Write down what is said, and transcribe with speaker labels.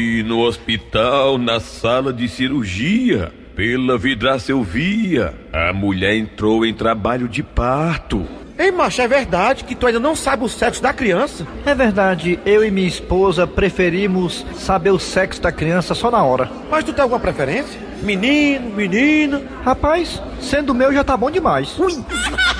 Speaker 1: E no hospital, na sala de cirurgia, pela vidraça eu via. A mulher entrou em trabalho de parto.
Speaker 2: Ei, macho, é verdade que tu ainda não sabe o sexo da criança?
Speaker 3: É verdade, eu e minha esposa preferimos saber o sexo da criança só na hora.
Speaker 2: Mas tu tem alguma preferência? Menino, menina?
Speaker 3: Rapaz, sendo meu já tá bom demais.
Speaker 2: Ui!